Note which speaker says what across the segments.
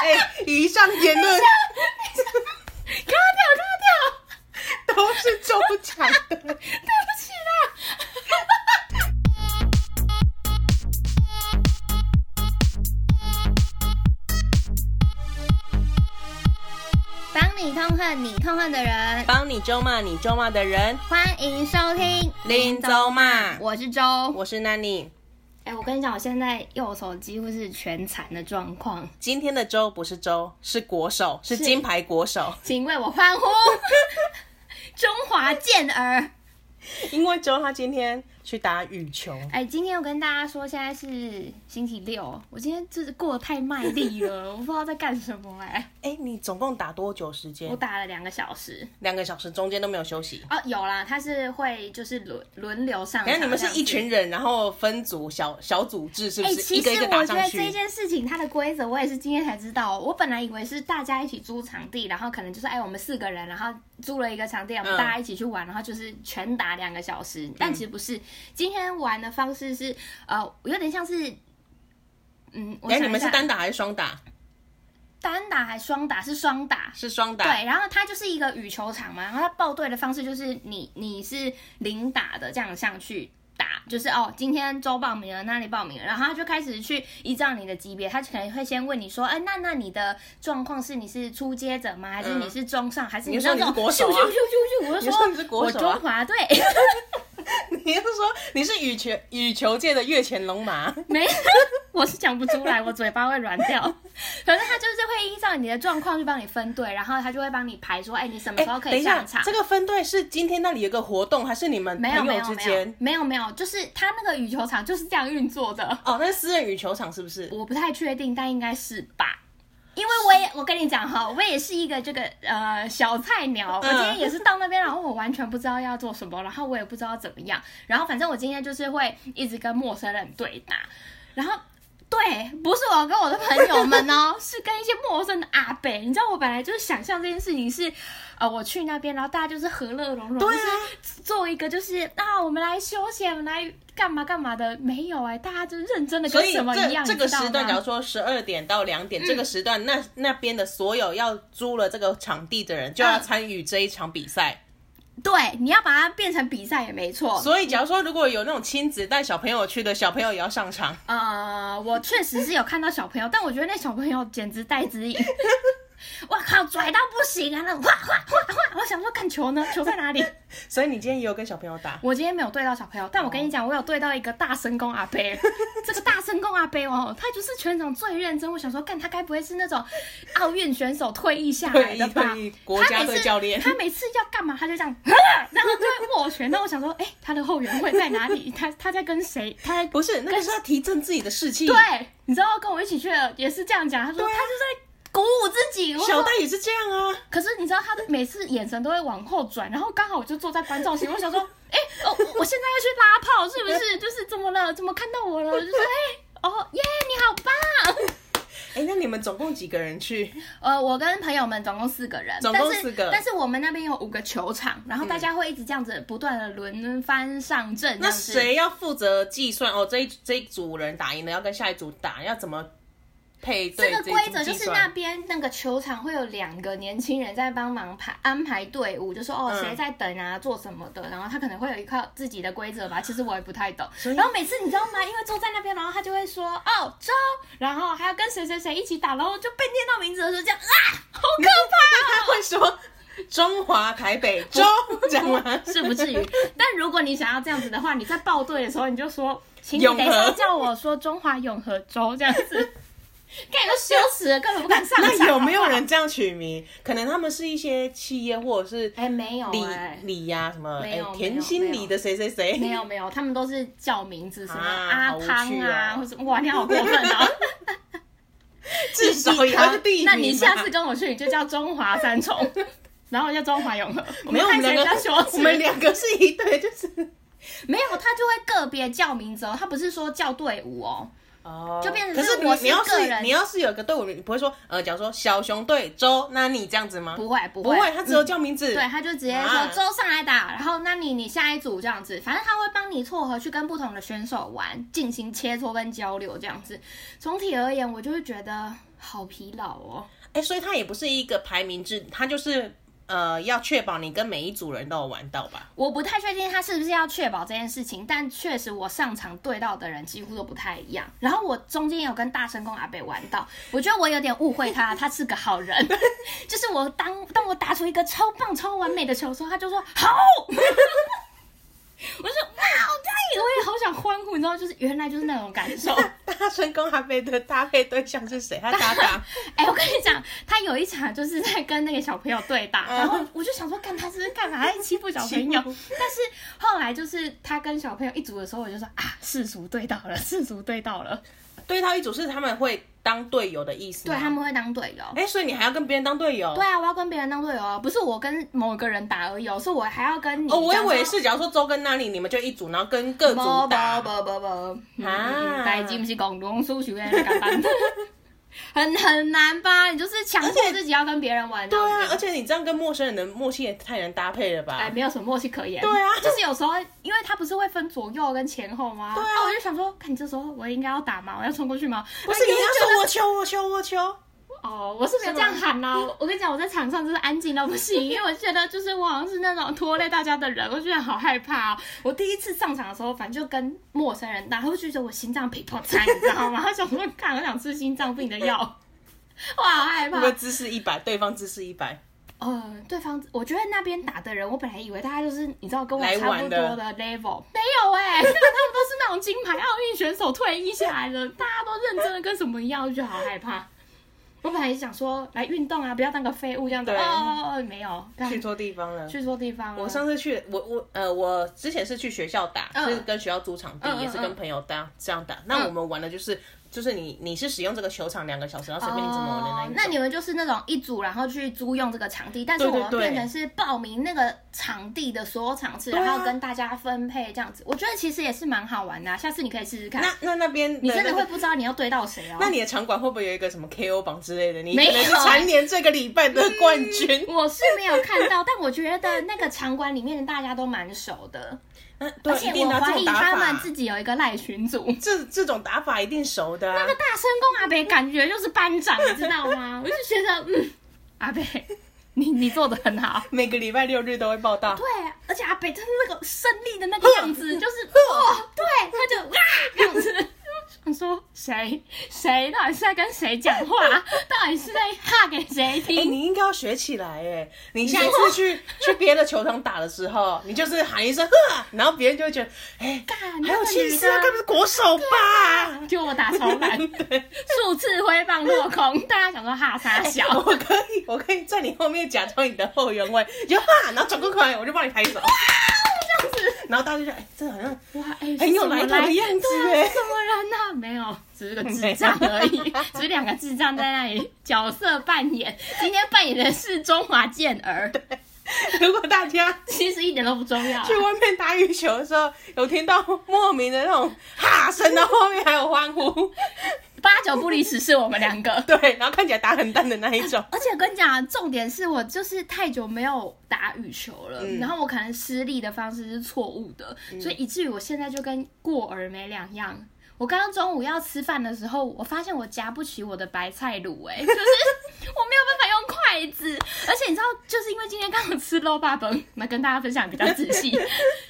Speaker 1: 哎以上言论
Speaker 2: 咔掉咔掉，
Speaker 1: 都是周产的。
Speaker 2: 对不起啦。帮你痛恨你痛恨的人，
Speaker 1: 帮你咒骂你咒骂的人，
Speaker 2: 欢迎收听
Speaker 1: 林周骂。
Speaker 2: 我是周。
Speaker 1: 我是 Nani。
Speaker 2: 哎、我跟你讲，我现在右手几乎是全残的状况，
Speaker 1: 今天的周不是周，是国手，是
Speaker 2: 是
Speaker 1: 金牌国手。
Speaker 2: 请为 我欢呼，中华健儿。
Speaker 1: 因为周他今天去打羽球，
Speaker 2: 哎，今天我跟大家说，现在是星期六，我今天就是过得太卖力 了，我不知道在干什么哎、
Speaker 1: 哎、你总共打多久时
Speaker 2: 我
Speaker 1: 间？
Speaker 2: 打了两个小时
Speaker 1: 两个小时，中间都没有休息。
Speaker 2: 哦，有啦，他是会就是轮轮流上
Speaker 1: 等
Speaker 2: 场。
Speaker 1: 一下你们是一群
Speaker 2: 人。
Speaker 1: 人，然后分组小小组制，是不
Speaker 2: 哎、
Speaker 1: 是、
Speaker 2: 其
Speaker 1: 一
Speaker 2: 实
Speaker 1: 个一个
Speaker 2: 我
Speaker 1: 打
Speaker 2: 觉
Speaker 1: 上
Speaker 2: 得
Speaker 1: 去？
Speaker 2: 这件事情它的规则我也是今天才知道。哦我本来以为是大家一起租场地，然后可能就是哎、我们四个人，然后租了一个场地，我们
Speaker 1: 嗯
Speaker 2: 大家一起去玩，然后就是全打两个小时。但其实不是，今天玩的方式是呃，有点像是嗯，我
Speaker 1: 哎、
Speaker 2: 想
Speaker 1: 你们
Speaker 2: 一下
Speaker 1: 是单打还是双打？
Speaker 2: 单打还是双打？是双打。
Speaker 1: 是双打。
Speaker 2: 对，然后它就是一个羽球场嘛，然后它报队的方式就是你你是零打的这样上去打，就是哦，今天周报名了，那你报名了，然后他就开始去依照你的级别，他可能会先问你说，哎，那那你的状况是你是初阶者吗？还是
Speaker 1: 嗯
Speaker 2: 你是中上？还是
Speaker 1: 你
Speaker 2: 你
Speaker 1: 说
Speaker 2: 那
Speaker 1: 你是
Speaker 2: 种
Speaker 1: 国手啊
Speaker 2: 咻咻咻咻咻我
Speaker 1: 你
Speaker 2: 就
Speaker 1: 说你是国
Speaker 2: 我
Speaker 1: 手啊
Speaker 2: 中华队
Speaker 1: 你是说你是羽球羽球界的跃前龙马？
Speaker 2: 没，我是讲不出来，我嘴巴会软掉。 可是他就是会依照你的状况去帮你分队，然后他就会帮你排说，哎，你什么
Speaker 1: 哎、
Speaker 2: 时候可
Speaker 1: 等
Speaker 2: 以
Speaker 1: 一下
Speaker 2: 上场？，
Speaker 1: 这个分队是今天那里有个活动，还是你们
Speaker 2: 没有
Speaker 1: 朋
Speaker 2: 没
Speaker 1: 友
Speaker 2: 有
Speaker 1: 之
Speaker 2: 没有
Speaker 1: 间？
Speaker 2: 没有没有，就是他那个羽球场就是这样运作的，
Speaker 1: 哦，那是私人羽球场是不是？
Speaker 2: 我不太确定，但应该是吧。因为我也，我跟你讲哈，我也是一个这个呃小菜鸟，我
Speaker 1: 嗯
Speaker 2: 今天也是到那边，然后我完全不知道要做什么，然后我也不知道怎么样，然后反正我今天就是会一直跟陌生人对打，然后对，不是我跟我的朋友们 哦，是跟一些陌生的阿伯。你知道我本来就是想象这件事情是，呃，我去那边，然后大家就是和乐融融，
Speaker 1: 对啊
Speaker 2: 就是做一个就是啊，我们来休闲，我们来干嘛干嘛的，没有哎、大家就是认真的
Speaker 1: 啊所
Speaker 2: 跟
Speaker 1: 以
Speaker 2: 什么一
Speaker 1: 这
Speaker 2: 样，
Speaker 1: 这个
Speaker 2: 你知道啊嗯
Speaker 1: 时段，
Speaker 2: 吗
Speaker 1: 假如说十二点到两点、这个时段，那那边的所有要租了这个场地的人就要
Speaker 2: 嗯
Speaker 1: 参与这一场比赛。
Speaker 2: 对，你要把它变成比赛也没错。
Speaker 1: 所以，假如说如果有那种亲子带小朋友去的，小朋友也要上场。
Speaker 2: 呃，我确实是有看到小朋友，但我觉得那小朋友简直带 指引，我靠，拽到不行啊！那种哗哗哗哗，我想说，看球呢，球在哪里？
Speaker 1: 所以你今天也有跟小朋友打，
Speaker 2: 我今天没有对到小朋
Speaker 1: 哦
Speaker 2: 友，但我跟你讲，我有对到一个大神功 阿伯。这个大神功阿伯哦，他就是全场最认真。我想说，干他该不会是那种奥运选手退役下来
Speaker 1: 退
Speaker 2: 的
Speaker 1: 役
Speaker 2: 吧
Speaker 1: 退？役国家队教练。
Speaker 2: 他每次要干嘛，他就这样， 然后就会握拳。那我想说，哎、他的后援会在哪 里？他他在跟谁？他在
Speaker 1: 哎不是，那个是要提振自己的士气。
Speaker 2: 对，你知道跟我一起去的也是这样讲，他说、
Speaker 1: 对啊
Speaker 2: 他就在鼓舞自己。我
Speaker 1: 小
Speaker 2: 说
Speaker 1: 戴也是这样啊。
Speaker 2: 可是你知道他的每次眼神都会往后转，然后刚好我就坐在 观众席，我想说，哎、哦，我我现在要去拉炮是不 是？就是怎么了？怎么看到我了？我就说，哎、哦耶，你好棒！
Speaker 1: 哎、那你们总共几个人去？
Speaker 2: 呃，我跟朋友们总共四个人，
Speaker 1: 总共四个
Speaker 2: 但是但是我们那边有五个球场，然后大家会一直这样子不断的轮番上阵，这
Speaker 1: 那
Speaker 2: 样子
Speaker 1: 谁要负责计算？哦，这一这一组人打赢了，要跟下一组打，要怎么配对？
Speaker 2: 这个规则
Speaker 1: 这
Speaker 2: 就
Speaker 1: 一组计
Speaker 2: 是
Speaker 1: 算
Speaker 2: 那边那个球场会有两个年轻人在帮忙排安排队伍，就说哦
Speaker 1: 嗯
Speaker 2: 谁在等啊，做什么的，然后他可能会有一套自己的规则吧，其实我也不太懂
Speaker 1: 所以。
Speaker 2: 然后每次你知道吗？因为坐在那边，然后他就会说哦周，然后还要跟谁谁谁一起打，然后就被念到名字的时候这样啊，好可
Speaker 1: 他会说中 华台北州这样 吗？
Speaker 2: 是不至于。但如果你想要这样子的话，你在报队的时候你就说，请你 等一
Speaker 1: 永
Speaker 2: 下
Speaker 1: 和
Speaker 2: 叫我说中华永和州这样 子。盖都羞耻了，根本不敢上场。
Speaker 1: 那有没有
Speaker 2: 好不好
Speaker 1: 人这样取名？可能他们是一些企业或者是
Speaker 2: 哎、没有
Speaker 1: 李
Speaker 2: 哎、
Speaker 1: 李呀、什么
Speaker 2: 没
Speaker 1: 哎
Speaker 2: 有没有
Speaker 1: 田心李的谁谁
Speaker 2: 没
Speaker 1: 谁，
Speaker 2: 有没有，他们都是叫名字，什么
Speaker 1: 啊
Speaker 2: 阿
Speaker 1: 好无
Speaker 2: 汤
Speaker 1: 趣
Speaker 2: 啊，
Speaker 1: 哦
Speaker 2: 或者哇，你好过分哦！
Speaker 1: 至少也要个地名吧。
Speaker 2: 啊那你下次跟我去，你就叫中华三重，然后我叫中华永和。我
Speaker 1: 没有我
Speaker 2: 看
Speaker 1: 们
Speaker 2: 起来
Speaker 1: 两
Speaker 2: 比
Speaker 1: 个
Speaker 2: 较羞，耻。
Speaker 1: 我们两个是一对，就是
Speaker 2: 没有，他就会个别叫名字哦，他不是说叫队伍哦。
Speaker 1: 哦，
Speaker 2: 就变成
Speaker 1: 可
Speaker 2: 是
Speaker 1: 是
Speaker 2: 我
Speaker 1: 你
Speaker 2: 是
Speaker 1: 你要
Speaker 2: 个人
Speaker 1: 是你要是有个队伍，你不会说呃，讲说小熊队周，那你这样子吗？
Speaker 2: 不会不
Speaker 1: 不
Speaker 2: 会，嗯
Speaker 1: 会，他只有叫名字。
Speaker 2: 对，他就直接说
Speaker 1: 啊
Speaker 2: 周上来打，然后那你你下一组这样子，反正他会帮你撮合去跟不同的选手玩，进行切磋跟交流这样子。总体而言，我就会觉得好疲劳哦。
Speaker 1: 哎、所以他也不是一个排名制，他就是呃，要确保你跟每一组人都有玩到吧？
Speaker 2: 我不太确定他是不是要确保这件事情，但确实我上场对到的人几乎都不太一样。然后我中间有跟大神公阿北玩到，我觉得我有点误会他，他是个好人。 就是我当当我打出一个超棒、超完美的球的时候，他就说好。 我就说哇，好对，我也好想欢呼，你知道，就是原来就是那种感受。
Speaker 1: 大声公阿贝的搭配对象是谁？他搭 档
Speaker 2: 哎、我跟你讲，他有一场就是在跟那个小朋友对打，
Speaker 1: 嗯
Speaker 2: 然后我就想说，干他是不是干嘛在欺负小朋友？但是后来就是他跟小朋友一组的时候，我就说啊，世俗对到了，世俗对到了，
Speaker 1: 对到一组是他们会当队友的意思吗。
Speaker 2: 对他们会当队友。
Speaker 1: 哎、所以你还要跟别人当队友？
Speaker 2: 对啊，我要跟别人当队友啊，不是我跟某个人打而已哦，是我还要跟你。
Speaker 1: 哦，我以为是，假如说周跟那里你们就一组，然后跟各
Speaker 2: 不
Speaker 1: 组
Speaker 2: 不
Speaker 1: 打。
Speaker 2: 不不不，
Speaker 1: 啊
Speaker 2: 嗯，代志不是共同输学的干班， 很很难吧？你就是强迫自己要跟别人玩这
Speaker 1: 对
Speaker 2: 样子。
Speaker 1: 啊，而且你这样跟陌生人的默契也太难搭配了吧？
Speaker 2: 哎，没有什么默契可言。
Speaker 1: 对啊
Speaker 2: 就是有时候，因为他不是会分左右跟前后吗？
Speaker 1: 对啊
Speaker 2: 我就想说，看你这时候我应该要打吗？我要冲过去吗？
Speaker 1: 不是你要
Speaker 2: 哎
Speaker 1: 说我球我球我球，
Speaker 2: 哦，我是没有这样喊啦、我跟你讲，我在场上就是安静到不行，因为我觉得就是我好像是那种拖累大家的人，我觉得好害怕、哦。我第一次上场的时候，反正就跟陌生人打，我就觉得我心脏皮破菜，你知道吗？他 想说，看我想吃心脏病的药， 我好害
Speaker 1: 会
Speaker 2: 怕
Speaker 1: 不。会姿势一百，对方姿势一 百？
Speaker 2: 呃，对方，我觉得那边打的人，我本来以为大家就是你知道跟我
Speaker 1: 来
Speaker 2: 差
Speaker 1: 玩
Speaker 2: 不多
Speaker 1: 的
Speaker 2: 的 level，没有哎、 那个他们都是那种金牌奥运选手退役下来的，大家都认真的跟什么一样，我就好害怕。我本来想说来运动啊，不要当个废物这样子，哦
Speaker 1: 对
Speaker 2: 哦哦，没有，
Speaker 1: 去错地方了。
Speaker 2: 去错地方了。
Speaker 1: 我上次去，我我呃，我之前是去学校打，
Speaker 2: 嗯
Speaker 1: 是跟学校租场地，
Speaker 2: 嗯嗯嗯
Speaker 1: 也是跟朋友打这样打。那我们玩的就是，就是你你是使用这个球场两个小时，然后随便你怎么玩的那一
Speaker 2: 哦
Speaker 1: 种。
Speaker 2: 那你们就是那种一组，然后去租用这个场地，但是
Speaker 1: 对对
Speaker 2: 我们
Speaker 1: 对
Speaker 2: 变成是报名那个场地的所有场次，
Speaker 1: 对啊
Speaker 2: 然后跟大家分配这样子。我觉得其实也是蛮好玩的、啊，下次你可以试试看。
Speaker 1: 那那那边
Speaker 2: 你真的
Speaker 1: 那
Speaker 2: 会
Speaker 1: 个
Speaker 2: 不知道你要对到谁哦。
Speaker 1: 那你的场馆会不会有一个什么 KO 榜之类的？你
Speaker 2: 没有嗯
Speaker 1: 可能是蝉联这个礼拜的冠 军。
Speaker 2: 我是没有看到，但我觉得那个场馆里面大家都蛮熟 的，
Speaker 1: 那
Speaker 2: 而
Speaker 1: 对，
Speaker 2: 且
Speaker 1: 一定
Speaker 2: 我
Speaker 1: 的啊这
Speaker 2: 怀疑
Speaker 1: 种打
Speaker 2: 他们
Speaker 1: 法
Speaker 2: 自，己有一个赖群组。
Speaker 1: 这这种打法一定熟的啊。
Speaker 2: 大声公阿北感觉就是班长，你知道吗？我就觉得，嗯，阿北，你你做的很好。
Speaker 1: 每个礼拜六日都会报道
Speaker 2: 对。，而且阿北他那个胜利的那个样子，就是哇，对，他就哇这样子。想说谁谁到底是在跟谁讲话， 到底是在哈给谁
Speaker 1: 哎、
Speaker 2: 听？
Speaker 1: 你应该要学起来哎！你下一次去去别的球场打的时 候，你就是喊一声“呵”，然后别人就会觉得，哎、
Speaker 2: 干
Speaker 1: 还有气势啊，
Speaker 2: 那个
Speaker 1: 该
Speaker 2: 女
Speaker 1: 不
Speaker 2: 的
Speaker 1: 是国手吧？
Speaker 2: 就我打超烂， 数次挥棒落空，大家想说哈沙小，
Speaker 1: 哎我可以，我可以在你后面假装你的后援位，你就哈，然后转过头来，我就帮你拍手，这样子，然后大家就觉得，哎、这好像
Speaker 2: 哇，哎、
Speaker 1: 很有来头的样子
Speaker 2: 对啊
Speaker 1: 哎
Speaker 2: 是什么人呐、没有，只是个智障而 已，只是两个智障在那里角色扮演。今天扮演的是中华健儿，
Speaker 1: 如果大家
Speaker 2: 其实一点都不重要啊、
Speaker 1: 去外面打羽球的时候，有听到莫名的那种 哈声，然后后面还有欢呼，
Speaker 2: 八九不离十是我们两个。
Speaker 1: 对，然后看起来打很淡的那一种。
Speaker 2: 而且我跟你讲，啊重点是我就是太久没有打羽球了，
Speaker 1: 嗯
Speaker 2: 然后我可能失利的方式是错误的，所以以至于我现在就跟过儿没两样。我刚刚中午要吃饭的时候，我发现我夹不起我的白菜卤、哎，就是 我没有办法用筷子，而且你知道，就是因为今天刚好吃肉霸崩，来跟大家分享比较 仔细，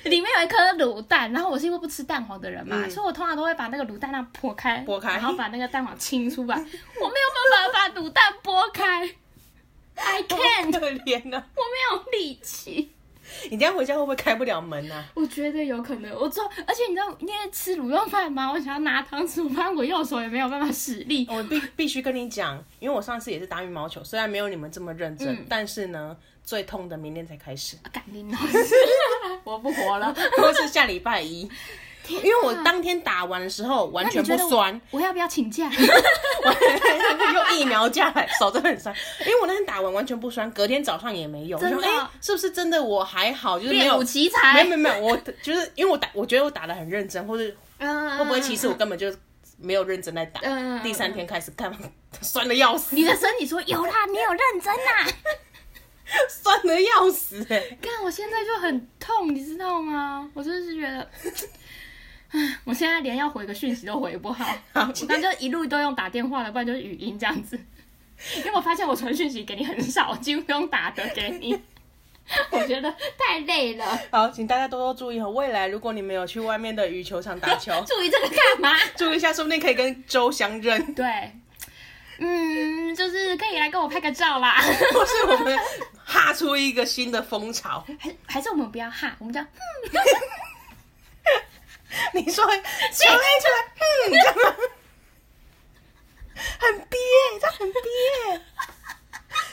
Speaker 2: 里面有一颗卤蛋，然后我是因为不吃蛋黄的人嘛，
Speaker 1: 嗯
Speaker 2: 所以我通常都会把那个卤蛋那样剖开，
Speaker 1: 剥开
Speaker 2: 然后把那个蛋黄清出来，我没有办法把卤蛋剥开。
Speaker 1: 好
Speaker 2: I can't，
Speaker 1: 可怜啊呢、
Speaker 2: 我没有力气。
Speaker 1: 你这样回家会不会开不了门啊？
Speaker 2: 我觉得有可能，我做，而且你知道，因为吃卤肉饭嘛，我想要拿汤匙，我发现我右手也没有办法使力。
Speaker 1: 我必 必须跟你讲，因为我上次也是打羽毛球，虽然没有你们这么认真，
Speaker 2: 嗯
Speaker 1: 但是呢，最痛的明天才开始，
Speaker 2: 啊赶紧老师，我不活了。
Speaker 1: 或是下礼拜一，因为我当天打完的时候完全不酸，
Speaker 2: 我要不要请 假？
Speaker 1: 用疫苗架来，手真的很酸。因为我那天打完完全不酸，隔天早上也没有，我
Speaker 2: 真的啊
Speaker 1: 说哎、是不是真的我还好，就是没
Speaker 2: 练武
Speaker 1: 有。
Speaker 2: 奇
Speaker 1: 没
Speaker 2: 才
Speaker 1: 有没，有没有，我就是因为我打，我觉得我打的很认真，或者
Speaker 2: 嗯
Speaker 1: 会不会其实我根本就没有认真在打，
Speaker 2: 嗯嗯嗯
Speaker 1: 第三天开始干嘛， 酸的要死，
Speaker 2: 你的身体说有啦，你有认真啊啦。
Speaker 1: 酸的要死、欸，
Speaker 2: 干，我现在就很痛，你知道吗？我真的是觉得， 唉，我现在连要回个讯息都回不好，
Speaker 1: 好
Speaker 2: 那就一路都用打电话的，不然就是语音这样子。因为我发现我传讯息给你很少，几乎不用打的给 你，我觉得太累了。，
Speaker 1: 好，请大家多多注意哦。未来如果你们有去外面的羽球场打球
Speaker 2: 注意这个干嘛？
Speaker 1: 注意一下，说不定可以跟周相认，
Speaker 2: 对，嗯，就是可以来跟我拍个照啦。
Speaker 1: 或是我们哈出一个新的风潮。
Speaker 2: 还还是我们不要哈，我 们这样。
Speaker 1: 你说球类出 来，嗯，这样吗？很憋，这样很憋。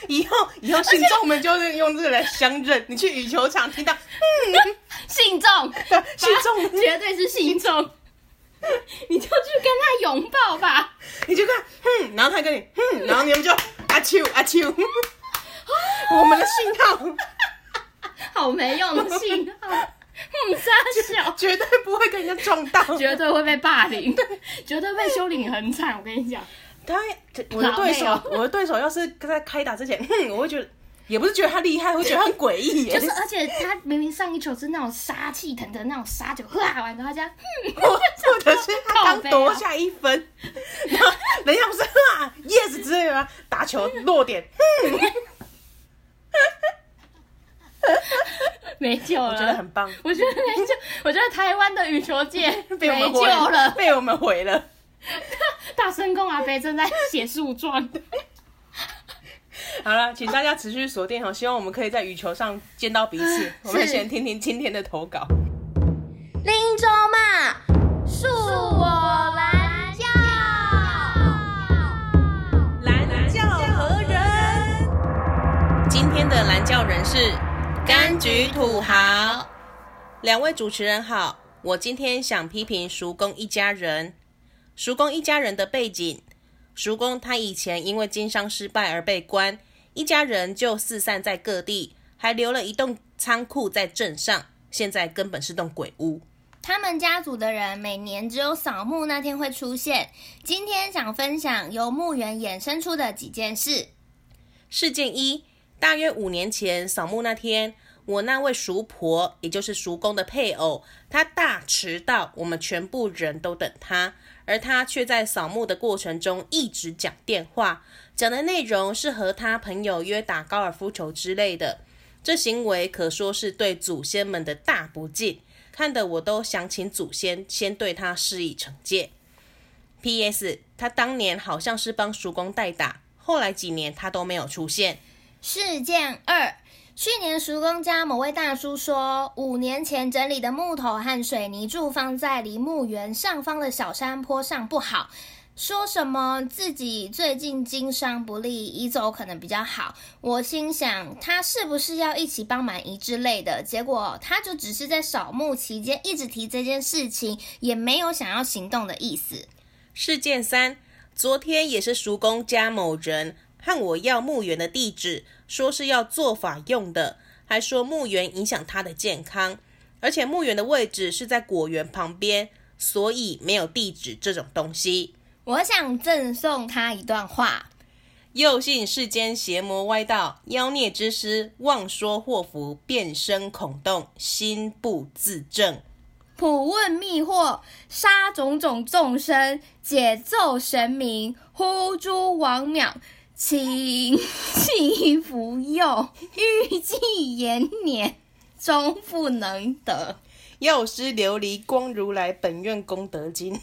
Speaker 1: 以后以后信众们就是用这个来相认。你去羽球场听到，嗯，
Speaker 2: 信众，
Speaker 1: 信众
Speaker 2: 绝对是 信众，你就去跟他拥抱吧。
Speaker 1: 你就看，哼、然后他跟你，哼、然后你们就阿丘阿丘， 我们的信号
Speaker 2: 好没用的信号，嗯，傻小，
Speaker 1: 绝对不会跟人家撞 到。
Speaker 2: 绝对会被霸 凌，绝对被修理很惨。我跟你讲，
Speaker 1: 他这我的对手
Speaker 2: 好累哦，
Speaker 1: 我的对手要是在开打之前，哼、我会觉得，也不是觉得他厉害，我会觉得他很诡异耶
Speaker 2: 就是。而且他明明上一球是那种杀气腾腾那种杀球，哇，完 之后他这嗯样，
Speaker 1: 或或者是他刚
Speaker 2: 靠背啊
Speaker 1: 夺下一分，然后人家不是啊 yes 之类的吗？打球落 点，哼、
Speaker 2: 嗯，没救了。
Speaker 1: 我觉得很棒，
Speaker 2: 我觉得 没救，我觉得台湾的羽球界
Speaker 1: 被我
Speaker 2: 没
Speaker 1: 们
Speaker 2: 救
Speaker 1: 毁
Speaker 2: 了。
Speaker 1: 被我们毁了。
Speaker 2: 大声公阿飞正在写诉状，
Speaker 1: 好了，请大家持续锁定哦，希望我们可以在羽球上见到彼 此。我们
Speaker 2: 是
Speaker 1: 先听听今天的投稿。
Speaker 3: 林州嘛，恕我蓝教。
Speaker 1: 蓝教何人？今天的蓝教人是柑橘土豪。两位主持人好，我今天想批评叔公一家人。叔公一家人的背景，叔公他以前因为经商失败而被关，一家人就四散在各地，还留了一栋仓库在镇上，现在根本是栋鬼屋。
Speaker 3: 他们家族的人每年只有扫墓那天会出现。今天想分享由墓园衍生出的几件事。
Speaker 1: 事件一：大约五年前扫墓那天，我那位叔婆，也就是叔公的配偶，她大迟到，我们全部人都等她，而她却在扫墓的过程中一直讲电话，讲的内容是和她朋友约打高尔夫球之类的。这行为可说是对祖先们的大不敬，看得我都想请祖先先对她施以惩戒。P.S. 他当年好像是帮叔公代打，后来几年他都没有出现。
Speaker 3: 事件二：去年叔公家某位大叔说，五年前整理的木头和水泥柱放在离墓园上方的小山坡上不好，说什么自己最近经商不利，移走可能比较好。我心想他是不是要一起帮忙移之类的，结果他就只是在扫墓期间一直提这件事情，也没有想要行动的意思。
Speaker 1: 事件三，昨天也是叔公家某人和我要墓园的地址，说是要做法用的，还说墓园影响他的健康，而且墓园的位置是在果园旁边，所以没有地址这种东西。
Speaker 3: 我想赠送他一段话。
Speaker 1: 又信世间邪魔歪道、妖孽之师，妄说祸福，变身孔洞，心不自正。
Speaker 3: 普问迷惑，杀种种众生，解咒神明，呼诸王渺，请祈福佑，预计延年，终不能得。
Speaker 1: 药师琉璃光如来，本愿功德金。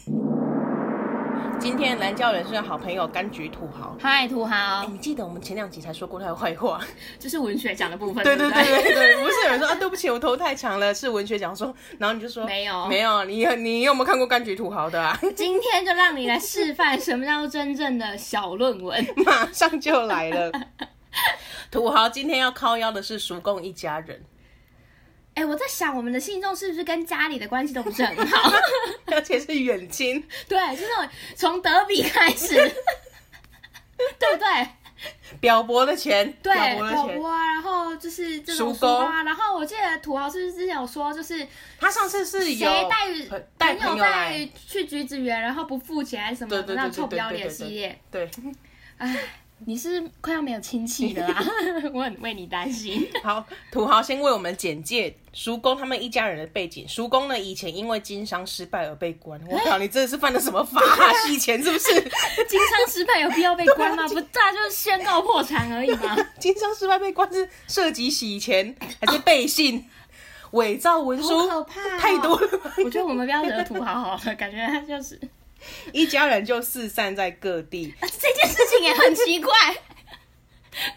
Speaker 1: 今天蓝教人是好朋友柑橘土豪。
Speaker 2: 嗨，土
Speaker 1: 哎、
Speaker 2: 豪，
Speaker 1: 你记得我们前两集才说过他的坏话？
Speaker 2: 就是文学奖的部分，
Speaker 1: 对
Speaker 2: 对
Speaker 1: 对对
Speaker 2: 不
Speaker 1: 对对，不是有人说啊，对不起，我头太长了，是文学奖说，然后你就说
Speaker 2: 没有
Speaker 1: 没有，你你有没有看过柑橘土豪的啊？
Speaker 2: 今天就让你来示范什么叫做真正的小论文。
Speaker 1: 马上就来了。 土豪今天要靠腰的是叔公一家人，
Speaker 2: 哎、我在想，我们的信众是不是跟家里的关系都不是很好？
Speaker 1: 而且是远亲，
Speaker 2: 对，就是那种从德比开 始，对不对？
Speaker 1: 表伯的钱，
Speaker 2: 对，
Speaker 1: 表伯的
Speaker 2: 老
Speaker 1: 钱
Speaker 2: 婆，啊，然后后就是这种
Speaker 1: 书
Speaker 2: 书
Speaker 1: 钩
Speaker 2: 啊。然后我记得土豪是不是之前有说，就是
Speaker 1: 他上次是有
Speaker 2: 谁
Speaker 1: 呃
Speaker 2: 带
Speaker 1: 带
Speaker 2: 朋
Speaker 1: 朋
Speaker 2: 友
Speaker 1: 友来
Speaker 2: 带，去橘子园，然后不付钱还是什么
Speaker 1: 对
Speaker 2: 的
Speaker 1: 对对
Speaker 2: 那种
Speaker 1: 对
Speaker 2: 臭不
Speaker 1: 对
Speaker 2: 要
Speaker 1: 对
Speaker 2: 脸
Speaker 1: 对
Speaker 2: 系
Speaker 1: 对
Speaker 2: 列。
Speaker 1: 对，
Speaker 2: 你是不是快要没有亲戚了啦，啊我很为你担心。
Speaker 1: 好，土豪先为我们简介叔公他们一家人的背景。叔公呢，以前因为经商失败而被关。
Speaker 2: 哎
Speaker 1: 我靠，你真的是犯了什么法、啊？洗钱是不 是？
Speaker 2: 经商失败有必要被关吗？不大就是宣告破产而已 嘛。
Speaker 1: 经商失败被关是涉及洗钱，还是背信、伪造文
Speaker 2: 好
Speaker 1: 书？
Speaker 2: 可怕哦
Speaker 1: 太多了吧。
Speaker 2: 我觉得我们不要惹土豪好了，感觉他就是
Speaker 1: 一家人就四散在各地。
Speaker 2: 这件事情也很奇怪，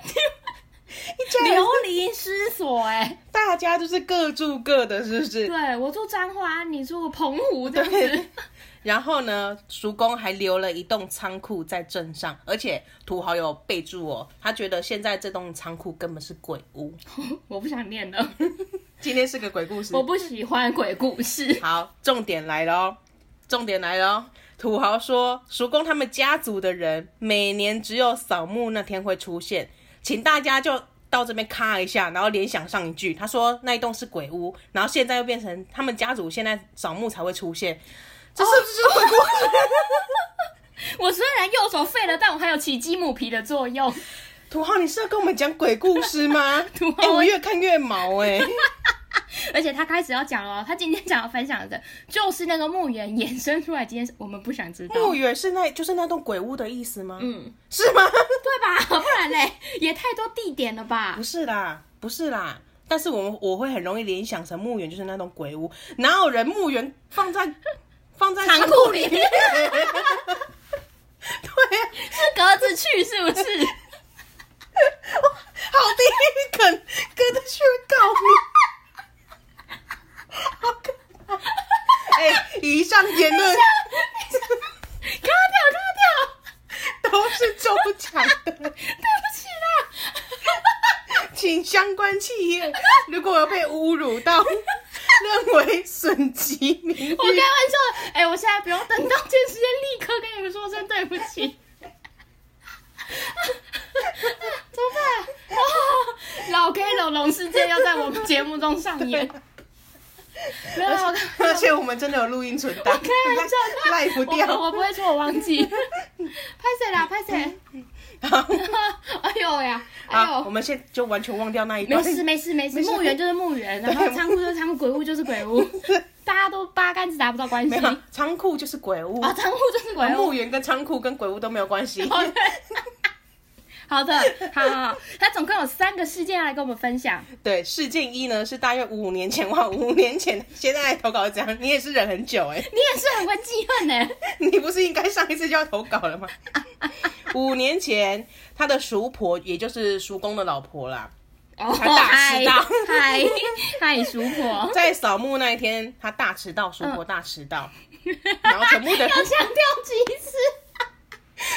Speaker 1: 一家人
Speaker 2: 流离失所哎、
Speaker 1: 大家就是各住各的，是不是？
Speaker 2: 对我住彰化，你住澎湖这样子
Speaker 1: 对，然后呢，叔公还留了一栋仓库在镇上，而且土豪有备注哦，他觉得现在这栋仓库根本是鬼屋。
Speaker 2: 我不想念了，
Speaker 1: 今天是个鬼故事
Speaker 2: 我。不喜欢鬼故事。
Speaker 1: 好，重点来了哦，重点来了哦。土豪说，叔公他们家族的人每年只有扫墓那天会出现，请大家就到这边咔一下，然后联想上一句，他说那一栋是鬼屋，然后现在又变成他们家族现在扫墓才会出现，这是不是就是鬼故事？
Speaker 2: 我虽然右手废了，但我还有起鸡母皮的作用。
Speaker 1: 土豪，你是要跟我们讲鬼故事吗？
Speaker 2: 土豪
Speaker 1: 哎
Speaker 2: 我
Speaker 1: 我越看越毛哎、
Speaker 2: 而且他开始要讲了哦，他今天想要分享的就是那个墓园衍生出来，今天我们不想知道，
Speaker 1: 墓园是那，就是那栋鬼屋的意思吗？
Speaker 2: 嗯，
Speaker 1: 是吗？
Speaker 2: 对吧？不然嘞，也太多地点了吧
Speaker 1: 不？是啦，不是啦。但是我们我会很容易联想成墓园就是那栋鬼屋，哪有人墓园放在 放在
Speaker 2: 仓
Speaker 1: 仓
Speaker 2: 库
Speaker 1: 库
Speaker 2: 里
Speaker 1: 里
Speaker 2: 面
Speaker 1: 面？对呀、
Speaker 2: 是格子去是 不是？
Speaker 1: 好地狱梗，跟着去告你。好可怕！哎、以上言论
Speaker 2: 卡掉卡掉，
Speaker 1: 都是中奖的。
Speaker 2: 对不起啦。
Speaker 1: 请相关企业如果有被侮辱到，认为损及名誉
Speaker 2: 我开玩笑的，哎、我现在不用等到这时间，立刻跟你们说声对不起。怎么办？啊、老 K 龙龙事件要在我们节目中上演。没有啦，我开
Speaker 1: 而且我们真的有录音存档，
Speaker 2: 开玩笑的
Speaker 1: 赖 不
Speaker 2: 我我
Speaker 1: 掉。嗯
Speaker 2: 不会说，我忘记。拍谁啦？拍谁？
Speaker 1: 好，
Speaker 2: 哎呦呀！哎
Speaker 1: 好我
Speaker 2: 呦，
Speaker 1: 们现在就完全忘掉那一
Speaker 2: 没
Speaker 1: 段。
Speaker 2: 事没事没事，
Speaker 1: 没事
Speaker 2: 墓园就是墓园，然后
Speaker 1: 对
Speaker 2: 仓库就是仓库，鬼屋就是鬼屋，大家都八竿子打不到关 系。
Speaker 1: 没有
Speaker 2: 啊，
Speaker 1: 仓库就是鬼屋，，
Speaker 2: 仓库就是啊鬼屋哦
Speaker 1: 墓。园跟仓库跟鬼屋都没有关系。
Speaker 2: 好的， 好的，好好好，他总共有三个事件要来跟我们分享。
Speaker 1: 对，事件一呢是大约五年前哇，五年前现在来投稿是怎样？你 也是忍很久哎、
Speaker 2: 你也是很会记恨呢、
Speaker 1: 你不是应该上一次就要投稿了 吗？五年前，他的叔婆，也就是叔公的老婆啦，
Speaker 2: 哦，
Speaker 1: 还大迟到
Speaker 2: 嗨嗨，叔婆，
Speaker 1: 在扫墓那一天，他大迟到，叔
Speaker 2: 嗯
Speaker 1: 婆大迟到，然后全部的
Speaker 2: 要强调几次？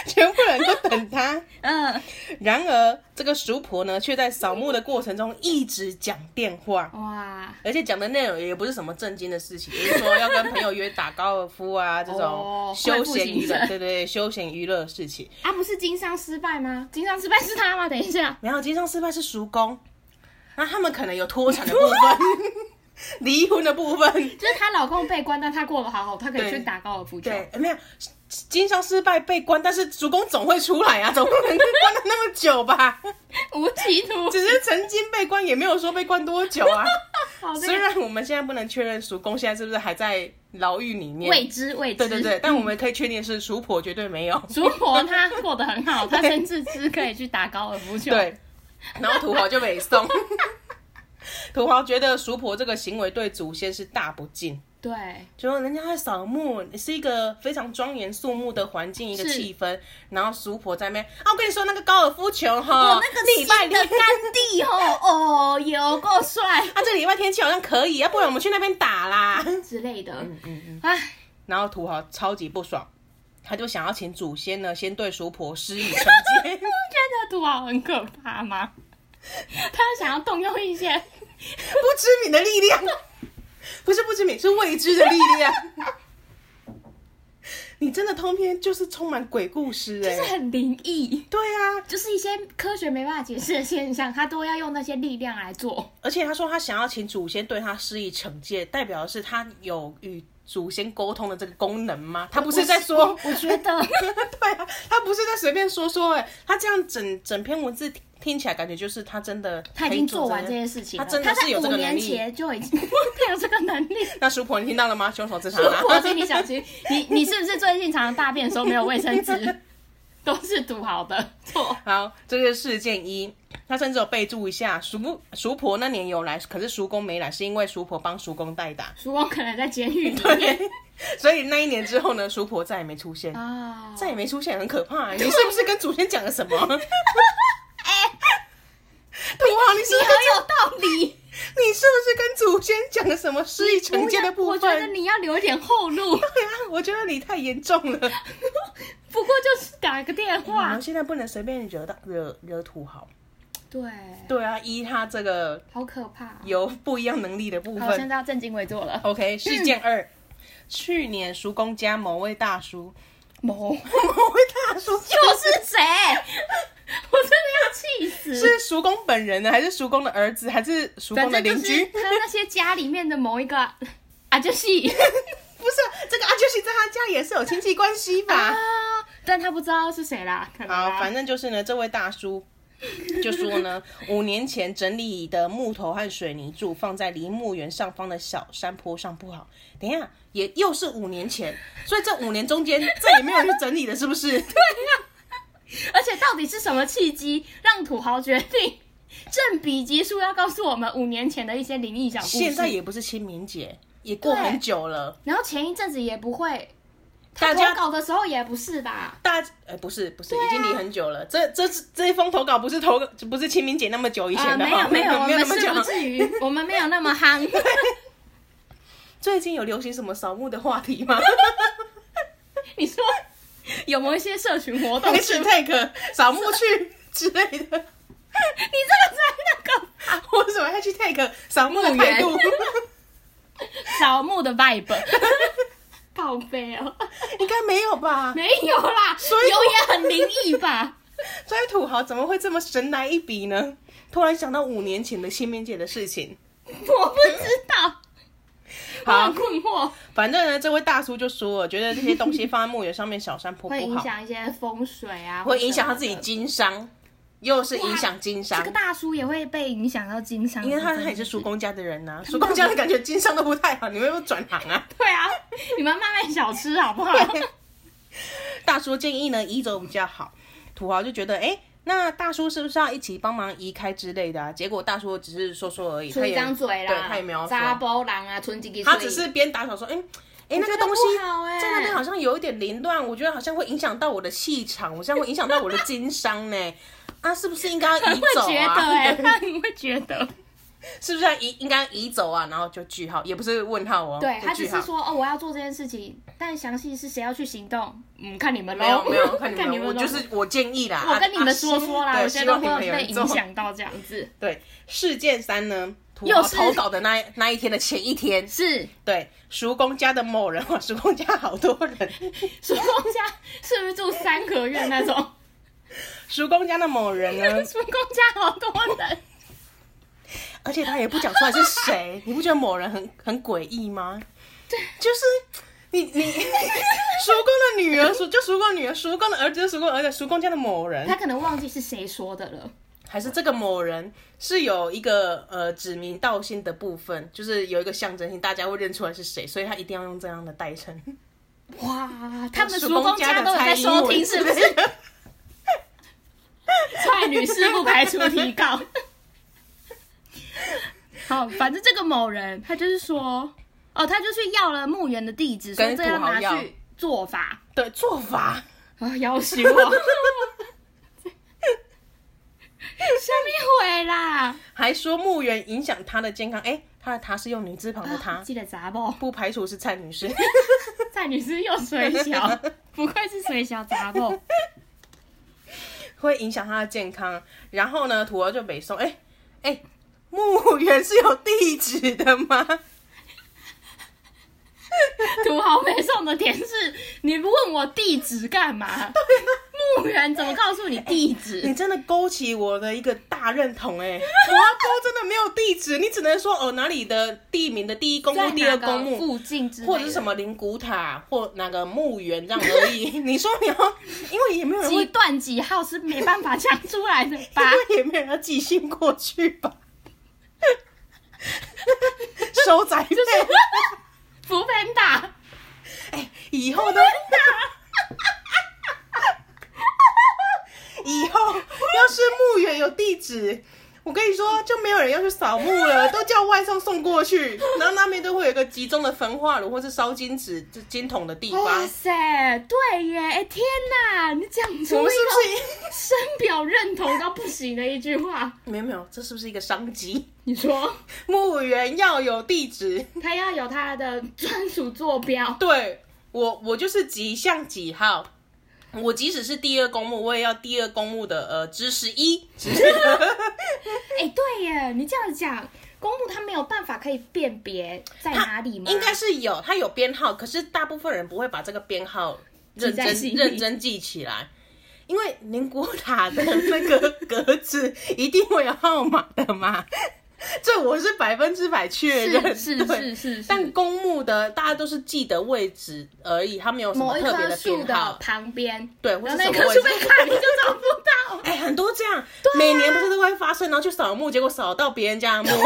Speaker 1: 全部人都等他。
Speaker 2: 嗯，
Speaker 1: 然而，这个叔婆呢，却在扫墓的过程中一直讲电话，
Speaker 2: 哇，
Speaker 1: 而且讲的内容也不是什么正经的事情，比如说要跟朋友约打高尔夫啊这种
Speaker 2: 哦
Speaker 1: 休闲娱
Speaker 2: 快步行
Speaker 1: 乐，
Speaker 2: 程
Speaker 1: 对对对，休闲娱乐的事情。
Speaker 2: 啊，不是经商失败吗？经商失败是他吗？等一下，
Speaker 1: 没有，经商失败是叔公，那他们可能有脱产的部分，离婚的部分。
Speaker 2: 就是她老公被关，但她过得好好，她可以
Speaker 1: 对
Speaker 2: 去打高尔夫球。
Speaker 1: 对，没有经商失败被关，但是主公总会出来啊，总不能关了那么久吧？
Speaker 2: 无期徒，
Speaker 1: 只是曾经被关，也没有说被关多久啊。
Speaker 2: 好那
Speaker 1: 虽
Speaker 2: 哦个
Speaker 1: 然我们现在不能确认叔公现在是不是还在牢狱里面，
Speaker 2: 未知未知。
Speaker 1: 对对对，但我们可以确定是叔婆绝对没有。
Speaker 2: 叔婆她过得很 好，她甚至只可以去打高尔夫球。
Speaker 1: 对，然后土豪就没送。 土豪觉得叔婆这个行为对祖先是大不敬，
Speaker 2: 对，
Speaker 1: 就说人家在扫墓，是一个非常庄严肃穆的环境，一个
Speaker 2: 是
Speaker 1: 气氛。然后叔婆在那边，啊，我跟你说那个高尔夫球哈，
Speaker 2: 我那个
Speaker 1: 礼拜
Speaker 2: 新的
Speaker 1: 天，
Speaker 2: 干地吼，哦，有够帅
Speaker 1: 啊，这礼拜天气好像可以，啊要不然我们去那边打啦。
Speaker 2: 之类的。哎，
Speaker 1: 然后土豪超级不爽，他就想要请祖先呢先对叔婆施以惩戒。
Speaker 2: 不觉得土豪很可怕吗？他想要动用一些，
Speaker 1: 不知名的力量，不是不知名，是未知的力量。 你真的通篇就是充满鬼故事
Speaker 2: 就
Speaker 1: 哎、
Speaker 2: 是很灵异，
Speaker 1: 对啊，
Speaker 2: 就是一些科学没办法解释的现象，他都要用那些力量来做。
Speaker 1: 而且他说他想要请祖先对他施以惩戒，代表的是他有与祖先沟通的这个功能吗？他不是在说，
Speaker 2: 我觉得
Speaker 1: 对啊，他不是在随便说说哎、他这样整整篇文字听听起来感觉就是他真的
Speaker 2: 他已经做完这
Speaker 1: 可以
Speaker 2: 件
Speaker 1: 些。
Speaker 2: 事情了，
Speaker 1: 他真的是有这个
Speaker 2: 在五
Speaker 1: 能
Speaker 2: 年
Speaker 1: 力
Speaker 2: 前就已经 他有这个能力。
Speaker 1: 那叔婆，你听到了吗？凶手自杀啦！
Speaker 2: 我请你小心，你你是不是最近常常大便的时候没有卫生纸？都是煮好的错。
Speaker 1: 好，这是事件一。他甚至有备注一下，叔叔婆那年有来，可是叔公没来，是因为叔婆帮叔公代打，
Speaker 2: 叔公可能在监狱里面
Speaker 1: 所以那一年之后呢，叔婆再也没出现，
Speaker 2: 啊，
Speaker 1: 再也没出现，很可怕。你是不是跟祖先讲了什么？ 哎、土豪，啊你是不是
Speaker 2: 你
Speaker 1: 跟
Speaker 2: 很有道理。
Speaker 1: 你是不是跟祖先讲了什么失意成见的部
Speaker 2: 我
Speaker 1: 分？
Speaker 2: 觉得你要留一点后路。
Speaker 1: 对啊，我觉得你太严重了。
Speaker 2: 不过就是打个电
Speaker 1: 我
Speaker 2: 话
Speaker 1: 们，现在不能随便惹到惹惹土豪。
Speaker 2: 对，
Speaker 1: 对啊，依他这个
Speaker 2: 好可怕。
Speaker 1: 有不一样能力的部
Speaker 2: 好，现
Speaker 1: 分。
Speaker 2: 在要正襟危坐了。
Speaker 1: OK，事件二，去年叔公家某位大叔，某
Speaker 2: 某又
Speaker 1: 位大叔
Speaker 2: 是谁？ 我真的要气死！
Speaker 1: 是叔公本人呢，还是叔公的儿子，还是叔公
Speaker 2: 反
Speaker 1: 的
Speaker 2: 正就
Speaker 1: 邻居？
Speaker 2: 是他那些家里面的某一个啊，就 是
Speaker 1: 不是啊这个阿九喜在他家也是有亲戚关系吧
Speaker 2: 啊？，但他不知道是谁啦。可能
Speaker 1: 好，
Speaker 2: 啊
Speaker 1: 反正就是呢，这位大叔就说 呢，五年前整理的木头和水泥柱放在离墓园上方的小山坡上不好。等一下，也又是五年前，所以这五年中间再也没有人去整理了， 是不是？
Speaker 2: 而且到底是什么契机让土豪决定正比基数要告诉我们五年前的一些灵异小故事？
Speaker 1: 现在也不是清明节，也过
Speaker 2: 对
Speaker 1: 很久了。
Speaker 2: 然后前一阵子也不会，
Speaker 1: 大
Speaker 2: 他
Speaker 1: 家
Speaker 2: 投稿啊的时候也不是吧？
Speaker 1: 大家，呃，不是，不是，已经离很久了。这这这一封投稿不是投，不是清明节那么久以
Speaker 2: 啊、
Speaker 1: 前的
Speaker 2: 没
Speaker 1: 哈、
Speaker 2: 有没 有，我
Speaker 1: 没有
Speaker 2: 们
Speaker 1: 那么
Speaker 2: 是不
Speaker 1: 久。
Speaker 2: 至于，我们没有那 么憨。
Speaker 1: 最近有流行什么扫墓的话题 吗
Speaker 2: 你说有没有一些社群活动是吗？
Speaker 1: ？#hashtag 扫墓去之类的。
Speaker 2: 你这个在那个
Speaker 1: 我怎么 hashtag 扫墓的态度
Speaker 2: 墓？扫墓的 vibe，靠背哦，
Speaker 1: 应该没有吧？
Speaker 2: 没有啦，
Speaker 1: 所以我
Speaker 2: 有也很灵异吧？
Speaker 1: 所以土豪怎么会这么神来一笔呢？突然想到五年前的清明节的事情。
Speaker 2: 我不知道，我
Speaker 1: 好
Speaker 2: 很，困惑，
Speaker 1: 反正呢，这位大叔就说了，觉得这些东西放在墓园上面小山坡
Speaker 2: 会
Speaker 1: 不
Speaker 2: 影
Speaker 1: 好，
Speaker 2: 响一些风水 啊，
Speaker 1: 会影响他自己
Speaker 2: 或什么
Speaker 1: 经商，又是影响经
Speaker 2: 的。
Speaker 1: 商
Speaker 2: 这个。大叔也会被影响到经商，
Speaker 1: 因为他他也是叔。公家的人啊
Speaker 2: 嗯
Speaker 1: 呐、叔公家的感觉经商都不太好，你们有没有转行 啊？
Speaker 2: 对啊，你们慢慢小吃好不 好？
Speaker 1: 大叔建议呢，移走比较好。土豪就觉得，哎、那大叔是不是要一起帮忙移开之类的啊？结果大叔只是说说而已，他
Speaker 2: 出
Speaker 1: 也
Speaker 2: 一张嘴啦，
Speaker 1: 对，他也没有
Speaker 2: 扎
Speaker 1: 说，
Speaker 2: 波狼啊，存几个水
Speaker 1: 他只是边打扫说，嗯、哎、那个东西
Speaker 2: 我觉得不好欸
Speaker 1: 在那边好像有一点凌乱，我觉得好像会影响到我的气场，我这样会影响到我的经商呢。啊，是不是应该要
Speaker 2: 很
Speaker 1: 移
Speaker 2: 会
Speaker 1: 走
Speaker 2: 觉
Speaker 1: 啊？
Speaker 2: 得 哎、他很会觉得，
Speaker 1: 是不是要移应该移走啊？然后就句号，也不是问号哦。
Speaker 2: 对
Speaker 1: 就
Speaker 2: 他只
Speaker 1: 句号
Speaker 2: 是说哦，我要做这件事情，但详细是谁要去行动，嗯，看你们喽，
Speaker 1: 没有没有， 看
Speaker 2: 看
Speaker 1: 你们，我
Speaker 2: 咯
Speaker 1: 就是我建议啦，
Speaker 2: 我跟你
Speaker 1: 啊
Speaker 2: 们说说啦，
Speaker 1: 对
Speaker 2: 我觉
Speaker 1: 希
Speaker 2: 得
Speaker 1: 望你
Speaker 2: 会
Speaker 1: 们有
Speaker 2: 被
Speaker 1: 人做
Speaker 2: 影。响到这样 子。
Speaker 1: 对，事件三呢，土
Speaker 2: 又
Speaker 1: 豪
Speaker 2: 是
Speaker 1: 投稿的那那一天的前一天，
Speaker 2: 是
Speaker 1: 对，叔公家的某人，哇，叔公家好多人，
Speaker 2: 叔公家是不是住三合院那种？
Speaker 1: 叔公家的某人 呢，
Speaker 2: 叔公家好多人，
Speaker 1: 而且他也不讲出来是谁，你不觉得某人很很诡异吗？对，就是你你 叔公的女儿，叔就叔公女儿，叔公的儿子，就叔公儿子，叔公家的某人
Speaker 2: 他，可能忘记是谁说的了。
Speaker 1: 还是这个某人是有一个呃指名道姓的部分，就是有一个象征性，大家会认出来是谁，所以他一定要用这样的代称。
Speaker 2: 哇， 他们叔
Speaker 1: 叔公
Speaker 2: 公
Speaker 1: 家
Speaker 2: 家
Speaker 1: 的
Speaker 2: 都有在收
Speaker 1: 蔡英
Speaker 2: 听，
Speaker 1: 文
Speaker 2: 是不是？ 蔡女士不排除提 告。好，反正这个某人他就是说，哦，他就去要了墓园的地址，说
Speaker 1: 跟
Speaker 2: 这要
Speaker 1: 土豪
Speaker 2: 拿
Speaker 1: 要
Speaker 2: 去做法
Speaker 1: 对，做法
Speaker 2: 啊，要挟 我。什么会啦？
Speaker 1: 还说墓园影响他的健康，哎、他的他是用女字旁的他，
Speaker 2: 啊记得砸爆
Speaker 1: 不排除是蔡女士。
Speaker 2: 蔡女士又水 小，不愧是水小砸爆。
Speaker 1: 会影响他的健康。然后呢，土豪就北宋，哎、哎、墓园是有地址的吗？
Speaker 2: 土豪北宋的点是，你问我地址干嘛？墓园怎么告诉你地址？
Speaker 1: 你真的勾起我的一个大认同哎、欸，摩阿哥真的没有地址，你只能说哦哪里的地名的第一公
Speaker 2: 在
Speaker 1: 墓、第二
Speaker 2: 哪个
Speaker 1: 公墓，
Speaker 2: 附近之类的
Speaker 1: 或者是什么灵骨塔或哪个墓园这样而 已。你说你要，因为也没有人
Speaker 2: 几
Speaker 1: 会，
Speaker 2: 段几号是没办法讲出来 的吧？
Speaker 1: 因为也没有人要寄信过去吧。 收宅费，
Speaker 2: 福本打
Speaker 1: 以后都。 以后要是墓园有地址，我跟你说就没有人要去扫墓了，都叫外送送过去。然后那边都会有一个集中的焚化炉或是烧金纸、就金桶的地方。
Speaker 2: 哇塞，对耶！哎、天哪，你讲出
Speaker 1: 我
Speaker 2: 一
Speaker 1: 们
Speaker 2: 个
Speaker 1: 是
Speaker 2: 深表认同到不行的一句话。
Speaker 1: 不是？没有没有，这是不是一个商机？
Speaker 2: 你说
Speaker 1: 墓园要有地址，
Speaker 2: 他要有他的专属坐标，
Speaker 1: 对我我就是几巷几号。我即使是第二公墓，我也要第二公墓的呃知识一，
Speaker 2: 哎、对耶，你这样讲，公墓它没有办法可以辨别在哪里吗？
Speaker 1: 应该是有，它有编号，可是大部分人不会把这个编号认真
Speaker 2: 记在心里
Speaker 1: 认真记起来，因为宁古塔的那个格子一定会有号码的嘛， 这我是百分之百确认。
Speaker 2: 是是
Speaker 1: 对
Speaker 2: 是是是，
Speaker 1: 但公墓的大家都是记得位置而已，它没有什
Speaker 2: 某
Speaker 1: 么
Speaker 2: 一
Speaker 1: 特别
Speaker 2: 棵树
Speaker 1: 编
Speaker 2: 的
Speaker 1: 号。
Speaker 2: 旁边，
Speaker 1: 对，或
Speaker 2: 然
Speaker 1: 者
Speaker 2: 后
Speaker 1: 什
Speaker 2: 那
Speaker 1: 么
Speaker 2: 棵
Speaker 1: 位置
Speaker 2: 树被砍，你就找不到。
Speaker 1: 哎、很多这样，
Speaker 2: 啊
Speaker 1: 每年不是都会发生，然后去扫墓，结果扫到别人家的 墓。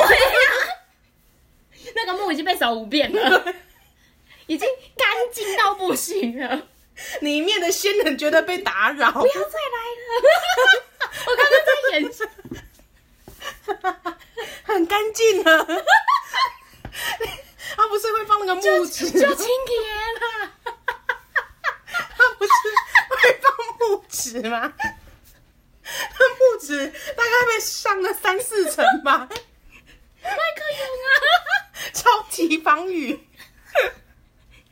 Speaker 2: 那个墓已经被扫五遍了，已经干净到不行了，不
Speaker 1: 里面的先人觉得被打扰，
Speaker 2: 要再来了。我刚刚在演戏，
Speaker 1: 很干净啊。 他不是会放那个木
Speaker 2: 就
Speaker 1: 纸，
Speaker 2: 就清洁了。
Speaker 1: 他不是会放木纸吗？ 那木纸大概被上了三四层吧，
Speaker 2: 麦克用
Speaker 1: 超级防雨，
Speaker 2: 啊，